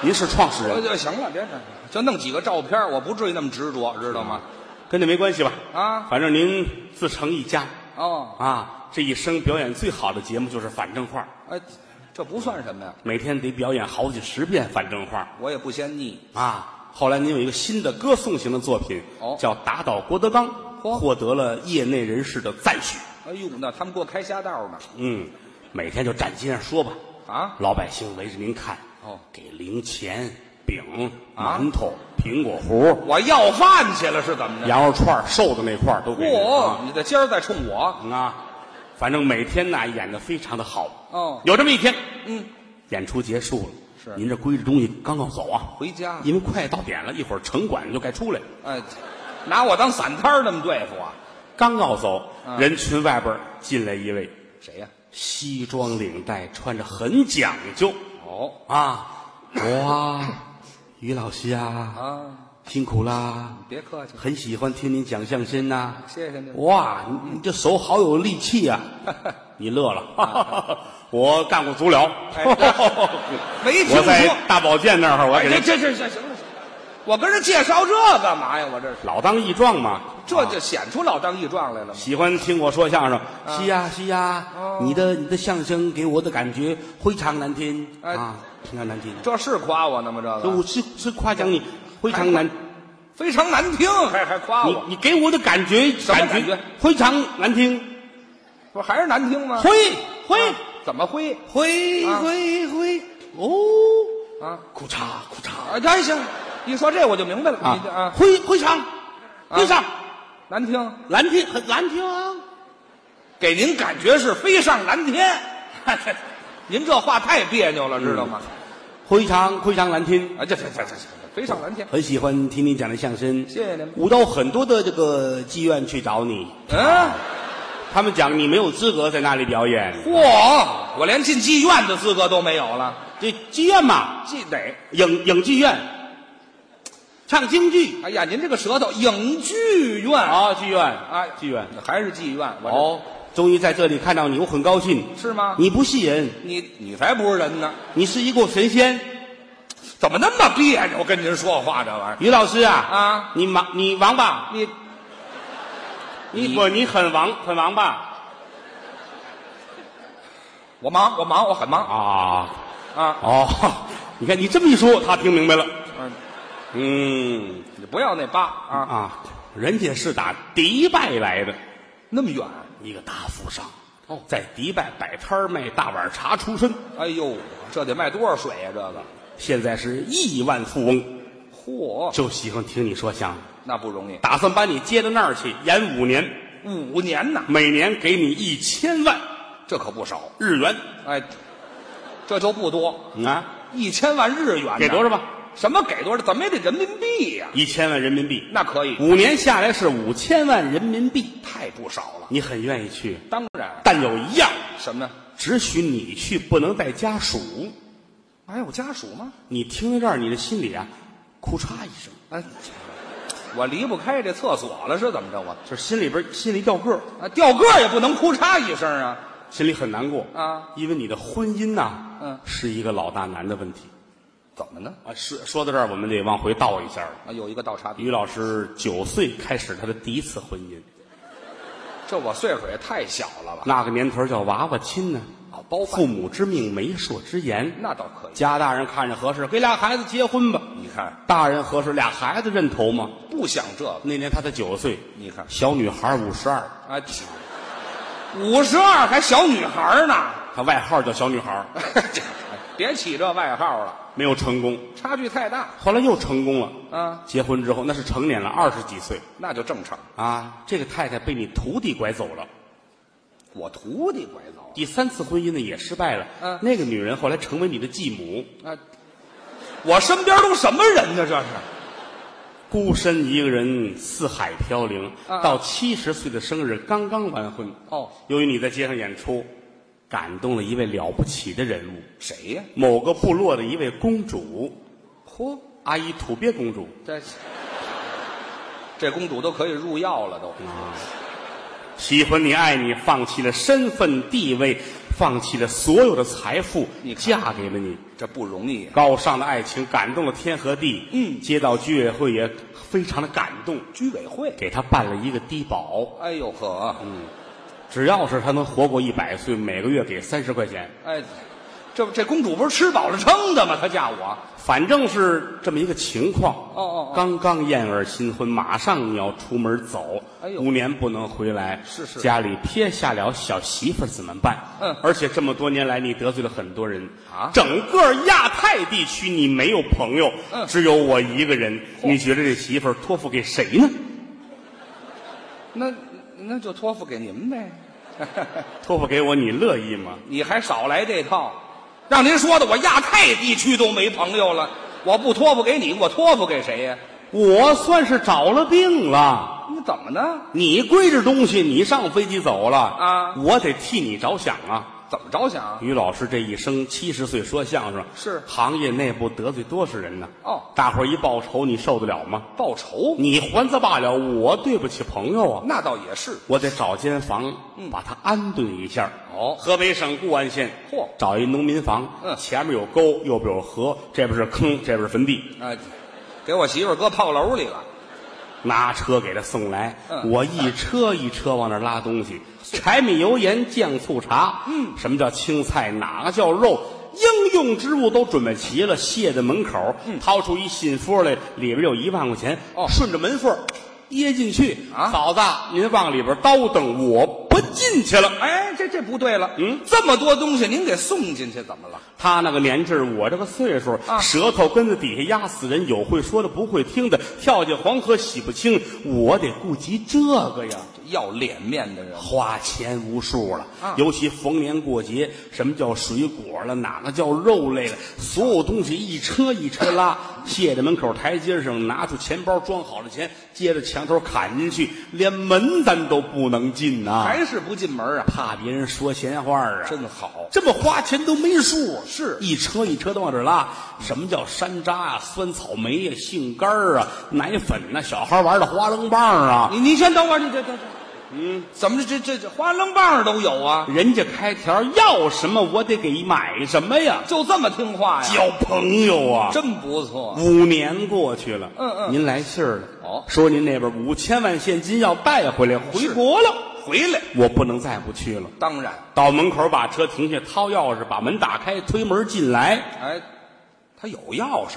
[SPEAKER 2] 您是创始
[SPEAKER 3] 我
[SPEAKER 2] 人，
[SPEAKER 3] 就行了，别这，就弄几个照片，我不至于那么执着，知道吗？
[SPEAKER 2] 跟这没关系吧？
[SPEAKER 3] 啊，
[SPEAKER 2] 反正您自成一家
[SPEAKER 3] 哦，
[SPEAKER 2] 啊，这一生表演最好的节目就是反正话，
[SPEAKER 3] 哎，这不算什么呀，
[SPEAKER 2] 每天得表演好几十遍反正话
[SPEAKER 3] 我也不嫌腻。
[SPEAKER 2] 啊。后来您有一个新的歌颂型的作品，
[SPEAKER 3] 哦
[SPEAKER 2] 叫《打倒郭德纲》，
[SPEAKER 3] 嚯
[SPEAKER 2] 获得了业内人士的赞许。
[SPEAKER 3] 哎呦，那他们给我开瞎道呢
[SPEAKER 2] 嗯，每天就站街上说吧，
[SPEAKER 3] 啊！
[SPEAKER 2] 老百姓围着您看，
[SPEAKER 3] 哦
[SPEAKER 2] 给零钱、饼、
[SPEAKER 3] 啊
[SPEAKER 2] 馒头、苹果核、
[SPEAKER 3] 我要饭去了是怎么着？
[SPEAKER 2] 羊肉串、瘦的那块儿都给您
[SPEAKER 3] 嚯，
[SPEAKER 2] 啊
[SPEAKER 3] 你这今儿再冲我，
[SPEAKER 2] 啊！反正每天呐演的非常的好。
[SPEAKER 3] 哦
[SPEAKER 2] 有这么一天，
[SPEAKER 3] 嗯，
[SPEAKER 2] 演出结束了，
[SPEAKER 3] 是嗯
[SPEAKER 2] 您这归置东西刚刚走啊，
[SPEAKER 3] 回家，
[SPEAKER 2] 因为快到点了，一会儿城管就该出来了。
[SPEAKER 3] 哎，拿我当散摊儿那么对付啊？
[SPEAKER 2] 刚要走，
[SPEAKER 3] 嗯
[SPEAKER 2] 人群外边进来一位，
[SPEAKER 3] 谁呀？
[SPEAKER 2] 西装领带，穿着很讲究
[SPEAKER 3] 哦
[SPEAKER 2] 啊！哇， 于老师啊，
[SPEAKER 3] 啊，
[SPEAKER 2] 辛苦啦！
[SPEAKER 3] 别客气，
[SPEAKER 2] 很喜欢听您讲相声呐、
[SPEAKER 3] 谢谢您。
[SPEAKER 2] 哇，你你这手好有力气 啊！你乐了， 我干过足疗，
[SPEAKER 3] 哎没听
[SPEAKER 2] 我在
[SPEAKER 3] 说。
[SPEAKER 2] 大保健那儿，我
[SPEAKER 3] 哎，
[SPEAKER 2] 给
[SPEAKER 3] 这
[SPEAKER 2] 人
[SPEAKER 3] 这这这行了，行了我跟人介绍这干嘛呀？我这是，
[SPEAKER 2] 老当益壮嘛。
[SPEAKER 3] 这就显出老当益壮来了嘛。
[SPEAKER 2] 喜欢听我说相声，是呀是呀
[SPEAKER 3] 啊哦，
[SPEAKER 2] 你的你的相声给我的感觉非常难听
[SPEAKER 3] 哎
[SPEAKER 2] 啊，非常难听。
[SPEAKER 3] 这是夸我呢吗？这个
[SPEAKER 2] 我是是夸奖
[SPEAKER 3] 哎
[SPEAKER 2] 你，非常难，
[SPEAKER 3] 非常难听，还还夸
[SPEAKER 2] 你
[SPEAKER 3] 我，
[SPEAKER 2] 你给我的感觉
[SPEAKER 3] 什么感觉
[SPEAKER 2] 非常难听，
[SPEAKER 3] 不还是难听吗？
[SPEAKER 2] 灰灰
[SPEAKER 3] 啊怎么灰
[SPEAKER 2] 灰
[SPEAKER 3] 啊
[SPEAKER 2] 灰灰哦，
[SPEAKER 3] 啊？
[SPEAKER 2] 裤衩裤衩
[SPEAKER 3] 啊，行行，一说这我就明白了，你这
[SPEAKER 2] 啊，
[SPEAKER 3] 啊
[SPEAKER 2] 灰灰常灰常
[SPEAKER 3] 难听，
[SPEAKER 2] 难听很难听啊，
[SPEAKER 3] 给您感觉是飞上蓝天。您这话太别扭了，知道吗？
[SPEAKER 2] 嗯非常非常难听。
[SPEAKER 3] 啊，这这这这这飞上蓝天，
[SPEAKER 2] 很喜欢听你讲的相声，
[SPEAKER 3] 谢谢你们
[SPEAKER 2] 舞蹈很多的这个妓院去找你，
[SPEAKER 3] 嗯，
[SPEAKER 2] 他们讲你没有资格在那里表演，
[SPEAKER 3] 嚯，我连进妓院的资格都没有了，
[SPEAKER 2] 这妓院嘛，
[SPEAKER 3] 记得。
[SPEAKER 2] 影影剧院，唱京剧
[SPEAKER 3] 哎呀，您这个舌头，影剧院啊，
[SPEAKER 2] 啊，剧院
[SPEAKER 3] 啊
[SPEAKER 2] 啊，剧院。
[SPEAKER 3] 还是妓院？我这，
[SPEAKER 2] 哦，终于在这里看到你，我很高兴。
[SPEAKER 3] 是吗？
[SPEAKER 2] 你不是人，
[SPEAKER 3] 你你才不是人呢！
[SPEAKER 2] 你是一个神仙。
[SPEAKER 3] 怎么那么别扭？跟您说话这玩意
[SPEAKER 2] 于老师啊，
[SPEAKER 3] 啊，
[SPEAKER 2] 你忙你王吧，
[SPEAKER 3] 儿，你
[SPEAKER 2] 你
[SPEAKER 3] 你
[SPEAKER 2] 不你很王很王吧
[SPEAKER 3] 我忙，我忙，我很忙
[SPEAKER 2] 啊
[SPEAKER 3] 啊！
[SPEAKER 2] 哦， 你看你这么一说，他听明白了。
[SPEAKER 3] 嗯，
[SPEAKER 2] 嗯
[SPEAKER 3] 你不要那疤啊，
[SPEAKER 2] 啊，人家是打迪拜来的，
[SPEAKER 3] 那么远。
[SPEAKER 2] 一个大富商。哦，在迪拜摆摊儿卖大碗茶出身，
[SPEAKER 3] 哎呦，这得卖多少水呀、这个，
[SPEAKER 2] 现在是亿万富翁，
[SPEAKER 3] 嚯，
[SPEAKER 2] 就喜欢听你说相声。
[SPEAKER 3] 那不容易，
[SPEAKER 2] 打算把你接到那儿去演五年，
[SPEAKER 3] 五年呐，
[SPEAKER 2] 每年给你一千万
[SPEAKER 3] 这可不少。
[SPEAKER 2] 日元
[SPEAKER 3] 哎，这就不多，
[SPEAKER 2] 嗯啊，
[SPEAKER 3] 一千万日元呢
[SPEAKER 2] 给多少？吧？
[SPEAKER 3] 什么给多少？怎么也得人民币呀、
[SPEAKER 2] 一千万人民币，
[SPEAKER 3] 那可以，
[SPEAKER 2] 五年下来是五千万人民币，
[SPEAKER 3] 太不少了。
[SPEAKER 2] 你很愿意去，
[SPEAKER 3] 当然，
[SPEAKER 2] 但有一样
[SPEAKER 3] 什么呀？
[SPEAKER 2] 只许你去，不能带家属。
[SPEAKER 3] 还哎有家属吗？
[SPEAKER 2] 你听到这儿，你的心里啊，哭嚓一声，
[SPEAKER 3] 哎，我离不开这厕所了，是怎么着？我
[SPEAKER 2] 就是心里边心里掉个儿，
[SPEAKER 3] 啊，掉个儿也不能哭嚓一声啊！
[SPEAKER 2] 心里很难过
[SPEAKER 3] 啊，
[SPEAKER 2] 因为你的婚姻呐、
[SPEAKER 3] 嗯
[SPEAKER 2] 是一个老大难的问题
[SPEAKER 3] 怎么呢？
[SPEAKER 2] 啊。是说到这儿，我们得往回倒一下了。
[SPEAKER 3] 啊，有一个倒插笔，
[SPEAKER 2] 于老师九岁开始他的第一次婚姻，
[SPEAKER 3] 这我岁数也太小了吧？
[SPEAKER 2] 那个年头叫娃娃亲呢，
[SPEAKER 3] 啊，包
[SPEAKER 2] 父
[SPEAKER 3] 饭
[SPEAKER 2] 母之命，媒妁之言。
[SPEAKER 3] 那倒可以。
[SPEAKER 2] 家大人看着合适，给俩孩子结婚吧。
[SPEAKER 3] 你看，
[SPEAKER 2] 大人合适，俩孩子认头吗？
[SPEAKER 3] 不想这个，
[SPEAKER 2] 那年他才九岁，
[SPEAKER 3] 你看
[SPEAKER 2] 小女孩五十二，
[SPEAKER 3] 啊，五十二还小女孩呢，哎
[SPEAKER 2] 她外号叫小女孩，
[SPEAKER 3] 别起这外号了，
[SPEAKER 2] 没有成功。
[SPEAKER 3] 差距太大
[SPEAKER 2] 后来又成功了，
[SPEAKER 3] 啊，
[SPEAKER 2] 结婚之后那是成年了，二十几岁
[SPEAKER 3] 那就正常。
[SPEAKER 2] 啊。这个太太被你徒弟拐走了，
[SPEAKER 3] 我徒弟拐走
[SPEAKER 2] 第三次婚姻呢也失败了。
[SPEAKER 3] 嗯
[SPEAKER 2] 那个女人后来成为你的继母，
[SPEAKER 3] 啊，我身边都什么人呢？这是
[SPEAKER 2] 孤身一个人四海飘零，
[SPEAKER 3] 啊
[SPEAKER 2] 到七十岁的生日刚刚完婚。
[SPEAKER 3] 哦，
[SPEAKER 2] 由于你在街上演出，感动了一位了不起的人物，
[SPEAKER 3] 谁呀？
[SPEAKER 2] 某个部落的一位公主，
[SPEAKER 3] 嚯，
[SPEAKER 2] 阿依土鳖公主。
[SPEAKER 3] 这这公主都可以入药了都。
[SPEAKER 2] 喜欢你，爱你，放弃了身份地位，放弃了所有的财富
[SPEAKER 3] 你，看
[SPEAKER 2] 嫁给了你。
[SPEAKER 3] 这不容易啊，
[SPEAKER 2] 高尚的爱情感动了天和地。
[SPEAKER 3] 嗯
[SPEAKER 2] 街道居委会也非常的感动，
[SPEAKER 3] 居委会。
[SPEAKER 2] 给她办了一个低保，
[SPEAKER 3] 哎呦呵，
[SPEAKER 2] 只要是她能活过一百岁，每个月给三十块钱。
[SPEAKER 3] 哎，这这公主不是吃饱了撑的吗？她嫁我，
[SPEAKER 2] 反正是这么一个情况。
[SPEAKER 3] 哦哦哦
[SPEAKER 2] 刚刚燕儿新婚，马上你要出门走，
[SPEAKER 3] 哎呦
[SPEAKER 2] 五年不能回来，
[SPEAKER 3] 是是
[SPEAKER 2] 家里撇下了小媳妇儿怎么办？
[SPEAKER 3] 嗯
[SPEAKER 2] 而且这么多年来，你得罪了很多人
[SPEAKER 3] 啊
[SPEAKER 2] 整个亚太地区你没有朋友，
[SPEAKER 3] 嗯
[SPEAKER 2] 只有我一个人。你觉得这媳妇儿托付给谁呢？
[SPEAKER 3] 那那就托付给您呗。
[SPEAKER 2] 托付给我，你乐意吗？
[SPEAKER 3] 你还少来这套，让您说的我亚太地区都没朋友了，我不托付给你，我托付给谁呀、
[SPEAKER 2] 我算是找了病了。
[SPEAKER 3] 你怎么呢？
[SPEAKER 2] 你归置东西，你上飞机走了
[SPEAKER 3] 啊
[SPEAKER 2] 我得替你着想啊！
[SPEAKER 3] 怎么着想？
[SPEAKER 2] 于老师这一生七十岁说相声，
[SPEAKER 3] 是
[SPEAKER 2] 行业内部得罪多少人呢？
[SPEAKER 3] 哦
[SPEAKER 2] 大伙儿一报仇，你受得了吗？
[SPEAKER 3] 报仇？
[SPEAKER 2] 你还则罢了，我对不起朋友啊！
[SPEAKER 3] 那倒也是。
[SPEAKER 2] 我得找间房，把它安顿一下。
[SPEAKER 3] 嗯哦
[SPEAKER 2] 河北省固安县，
[SPEAKER 3] 嚯
[SPEAKER 2] 找一农民房，
[SPEAKER 3] 嗯
[SPEAKER 2] 前面有沟，右边有河，这边是坑，这边是坟地。
[SPEAKER 3] 啊，给我媳妇儿搁炮楼里了。
[SPEAKER 2] 拿车给他送来，
[SPEAKER 3] 嗯
[SPEAKER 2] 我一车一车往那儿拉东西，柴米油盐酱醋茶，嗯，什么叫青菜，哪个叫肉，应用之物都准备齐了，卸在门口，掏出一信封来，里边有一万块钱，
[SPEAKER 3] 嗯哦
[SPEAKER 2] 顺着门缝儿掖进去，
[SPEAKER 3] 啊
[SPEAKER 2] 嫂子，您往里边叨等，我不进去了。
[SPEAKER 3] 哎，这这不对了。
[SPEAKER 2] 嗯，
[SPEAKER 3] 这么多东西您给送进去，怎么了？
[SPEAKER 2] 他那个年纪儿，我这个岁数，
[SPEAKER 3] 啊
[SPEAKER 2] 舌头根子底下压死人，有会说的不会听的，跳进黄河洗不清，我得顾及这个呀。
[SPEAKER 3] 这要脸面的人，
[SPEAKER 2] 花钱无数了，
[SPEAKER 3] 啊
[SPEAKER 2] 尤其逢年过节，什么叫水果了，哪个叫肉类了，所有东西一车一车拉，卸在门口台阶上，拿出钱包装好了钱，接着墙头砍进去，连门咱都不能进呐、
[SPEAKER 3] 还是不进门啊？
[SPEAKER 2] 怕别人说闲话啊！
[SPEAKER 3] 真好，
[SPEAKER 2] 这么花钱都没数，
[SPEAKER 3] 是
[SPEAKER 2] 一车一车的往这儿拉。什么叫山楂啊、酸草莓呀、杏干儿啊、奶粉呐、小孩玩的花楞棒啊，
[SPEAKER 3] 你你先等会儿，你这这这，嗯，怎么这这这花楞棒都有啊？
[SPEAKER 2] 人家开条要什么，我得给买什么呀？
[SPEAKER 3] 就这么听话呀？
[SPEAKER 2] 交朋友啊！
[SPEAKER 3] 真不错，
[SPEAKER 2] 五年过去了，
[SPEAKER 3] 嗯嗯
[SPEAKER 2] 您来信儿了，
[SPEAKER 3] 哦
[SPEAKER 2] 说您那边五千万现金要带回来，回国了，
[SPEAKER 3] 回来
[SPEAKER 2] 我不能再不去了。
[SPEAKER 3] 当然，
[SPEAKER 2] 到门口把车停下，掏钥匙，把门打开，推门进来，
[SPEAKER 3] 哎，他有钥匙，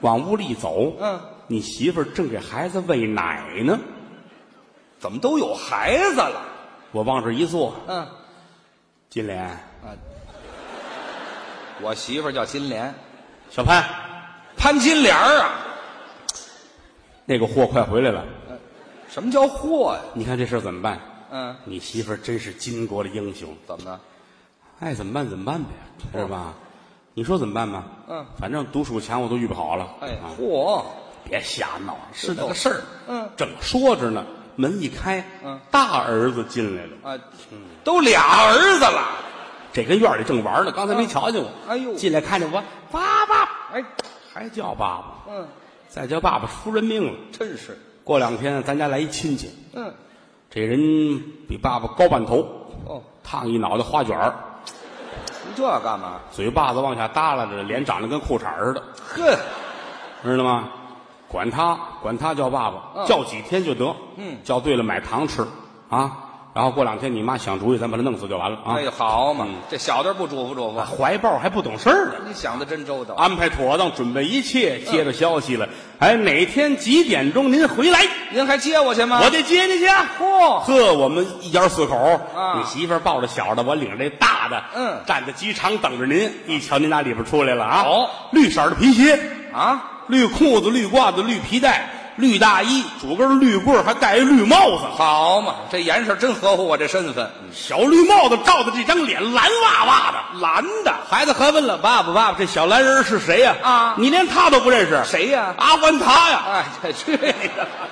[SPEAKER 2] 往屋里走。
[SPEAKER 3] 嗯，
[SPEAKER 2] 你媳妇儿正给孩子喂奶呢，
[SPEAKER 3] 怎么都有孩子了？
[SPEAKER 2] 我往这一坐，
[SPEAKER 3] 嗯
[SPEAKER 2] 金莲、
[SPEAKER 3] 啊，我媳妇儿叫金莲，
[SPEAKER 2] 小潘，
[SPEAKER 3] 潘金莲儿啊。
[SPEAKER 2] 那个货快回来了，
[SPEAKER 3] 什么叫货呀、
[SPEAKER 2] 你看这事儿怎么办？
[SPEAKER 3] 嗯，
[SPEAKER 2] 你媳妇儿真是巾帼的英雄。
[SPEAKER 3] 怎么呢？
[SPEAKER 2] 爱怎么办怎么办呗，是吧？你说怎么办吧？
[SPEAKER 3] 嗯
[SPEAKER 2] 反正独属墙我都预备好了。
[SPEAKER 3] 哎
[SPEAKER 2] 啊，
[SPEAKER 3] 嚯，
[SPEAKER 2] 别瞎闹，是
[SPEAKER 3] 的
[SPEAKER 2] 那个事儿。
[SPEAKER 3] 嗯
[SPEAKER 2] 正说着呢，门一开，
[SPEAKER 3] 嗯，
[SPEAKER 2] 大儿子进来了，
[SPEAKER 3] 啊，都俩儿子了，
[SPEAKER 2] 这跟院里正玩呢，刚才没瞧见我。
[SPEAKER 3] 哎呦
[SPEAKER 2] 进来看见我，爸爸
[SPEAKER 3] 哎，
[SPEAKER 2] 还叫爸爸，
[SPEAKER 3] 嗯，
[SPEAKER 2] 再叫爸爸出人命了。
[SPEAKER 3] 真是，
[SPEAKER 2] 过两天啊咱家来一亲戚，
[SPEAKER 3] 嗯，
[SPEAKER 2] 这人比爸爸高半头，
[SPEAKER 3] 哦，
[SPEAKER 2] 烫一脑袋花卷儿，
[SPEAKER 3] 你这干嘛？
[SPEAKER 2] 嘴巴子往下耷拉着，脸长得跟裤衩儿似的。
[SPEAKER 3] 呵，
[SPEAKER 2] 知道吗？管他，管他叫爸爸，
[SPEAKER 3] 嗯
[SPEAKER 2] 叫几天就得。
[SPEAKER 3] 嗯
[SPEAKER 2] 叫对了买糖吃啊。然后过两天你妈想主意，咱把他弄死就完了啊。
[SPEAKER 3] 哎呦，好嘛，
[SPEAKER 2] 嗯
[SPEAKER 3] 这小的不嘱咐嘱
[SPEAKER 2] 啊
[SPEAKER 3] 咐，
[SPEAKER 2] 怀抱还不懂事儿呢，
[SPEAKER 3] 你想的真周到。
[SPEAKER 2] 安排妥当，准备一切，接着消息了。哎，哪天几点钟您回来，
[SPEAKER 3] 您还接我去吗？
[SPEAKER 2] 我得接您去。啊
[SPEAKER 3] 嚯，
[SPEAKER 2] 呵，我们一家四口，
[SPEAKER 3] 啊
[SPEAKER 2] 你媳妇儿抱着小的，我领着这大的，
[SPEAKER 3] 嗯
[SPEAKER 2] 站在机场等着您。一瞧您打里边出来了啊，
[SPEAKER 3] 好，
[SPEAKER 2] 绿色的皮鞋，
[SPEAKER 3] 啊，
[SPEAKER 2] 绿裤子、绿褂子、绿皮带、绿大衣，拄根绿棍儿还戴一绿帽子。
[SPEAKER 3] 好嘛，这颜色真合乎我这身份。
[SPEAKER 2] 小绿帽子罩的这张脸蓝哇哇的。
[SPEAKER 3] 蓝的，
[SPEAKER 2] 孩子还问了：“爸爸，爸爸，这小蓝人是谁呀、
[SPEAKER 3] 啊
[SPEAKER 2] 你连他都不认识？
[SPEAKER 3] 谁呀
[SPEAKER 2] 阿凡达呀！
[SPEAKER 3] 哎，这去你的吧！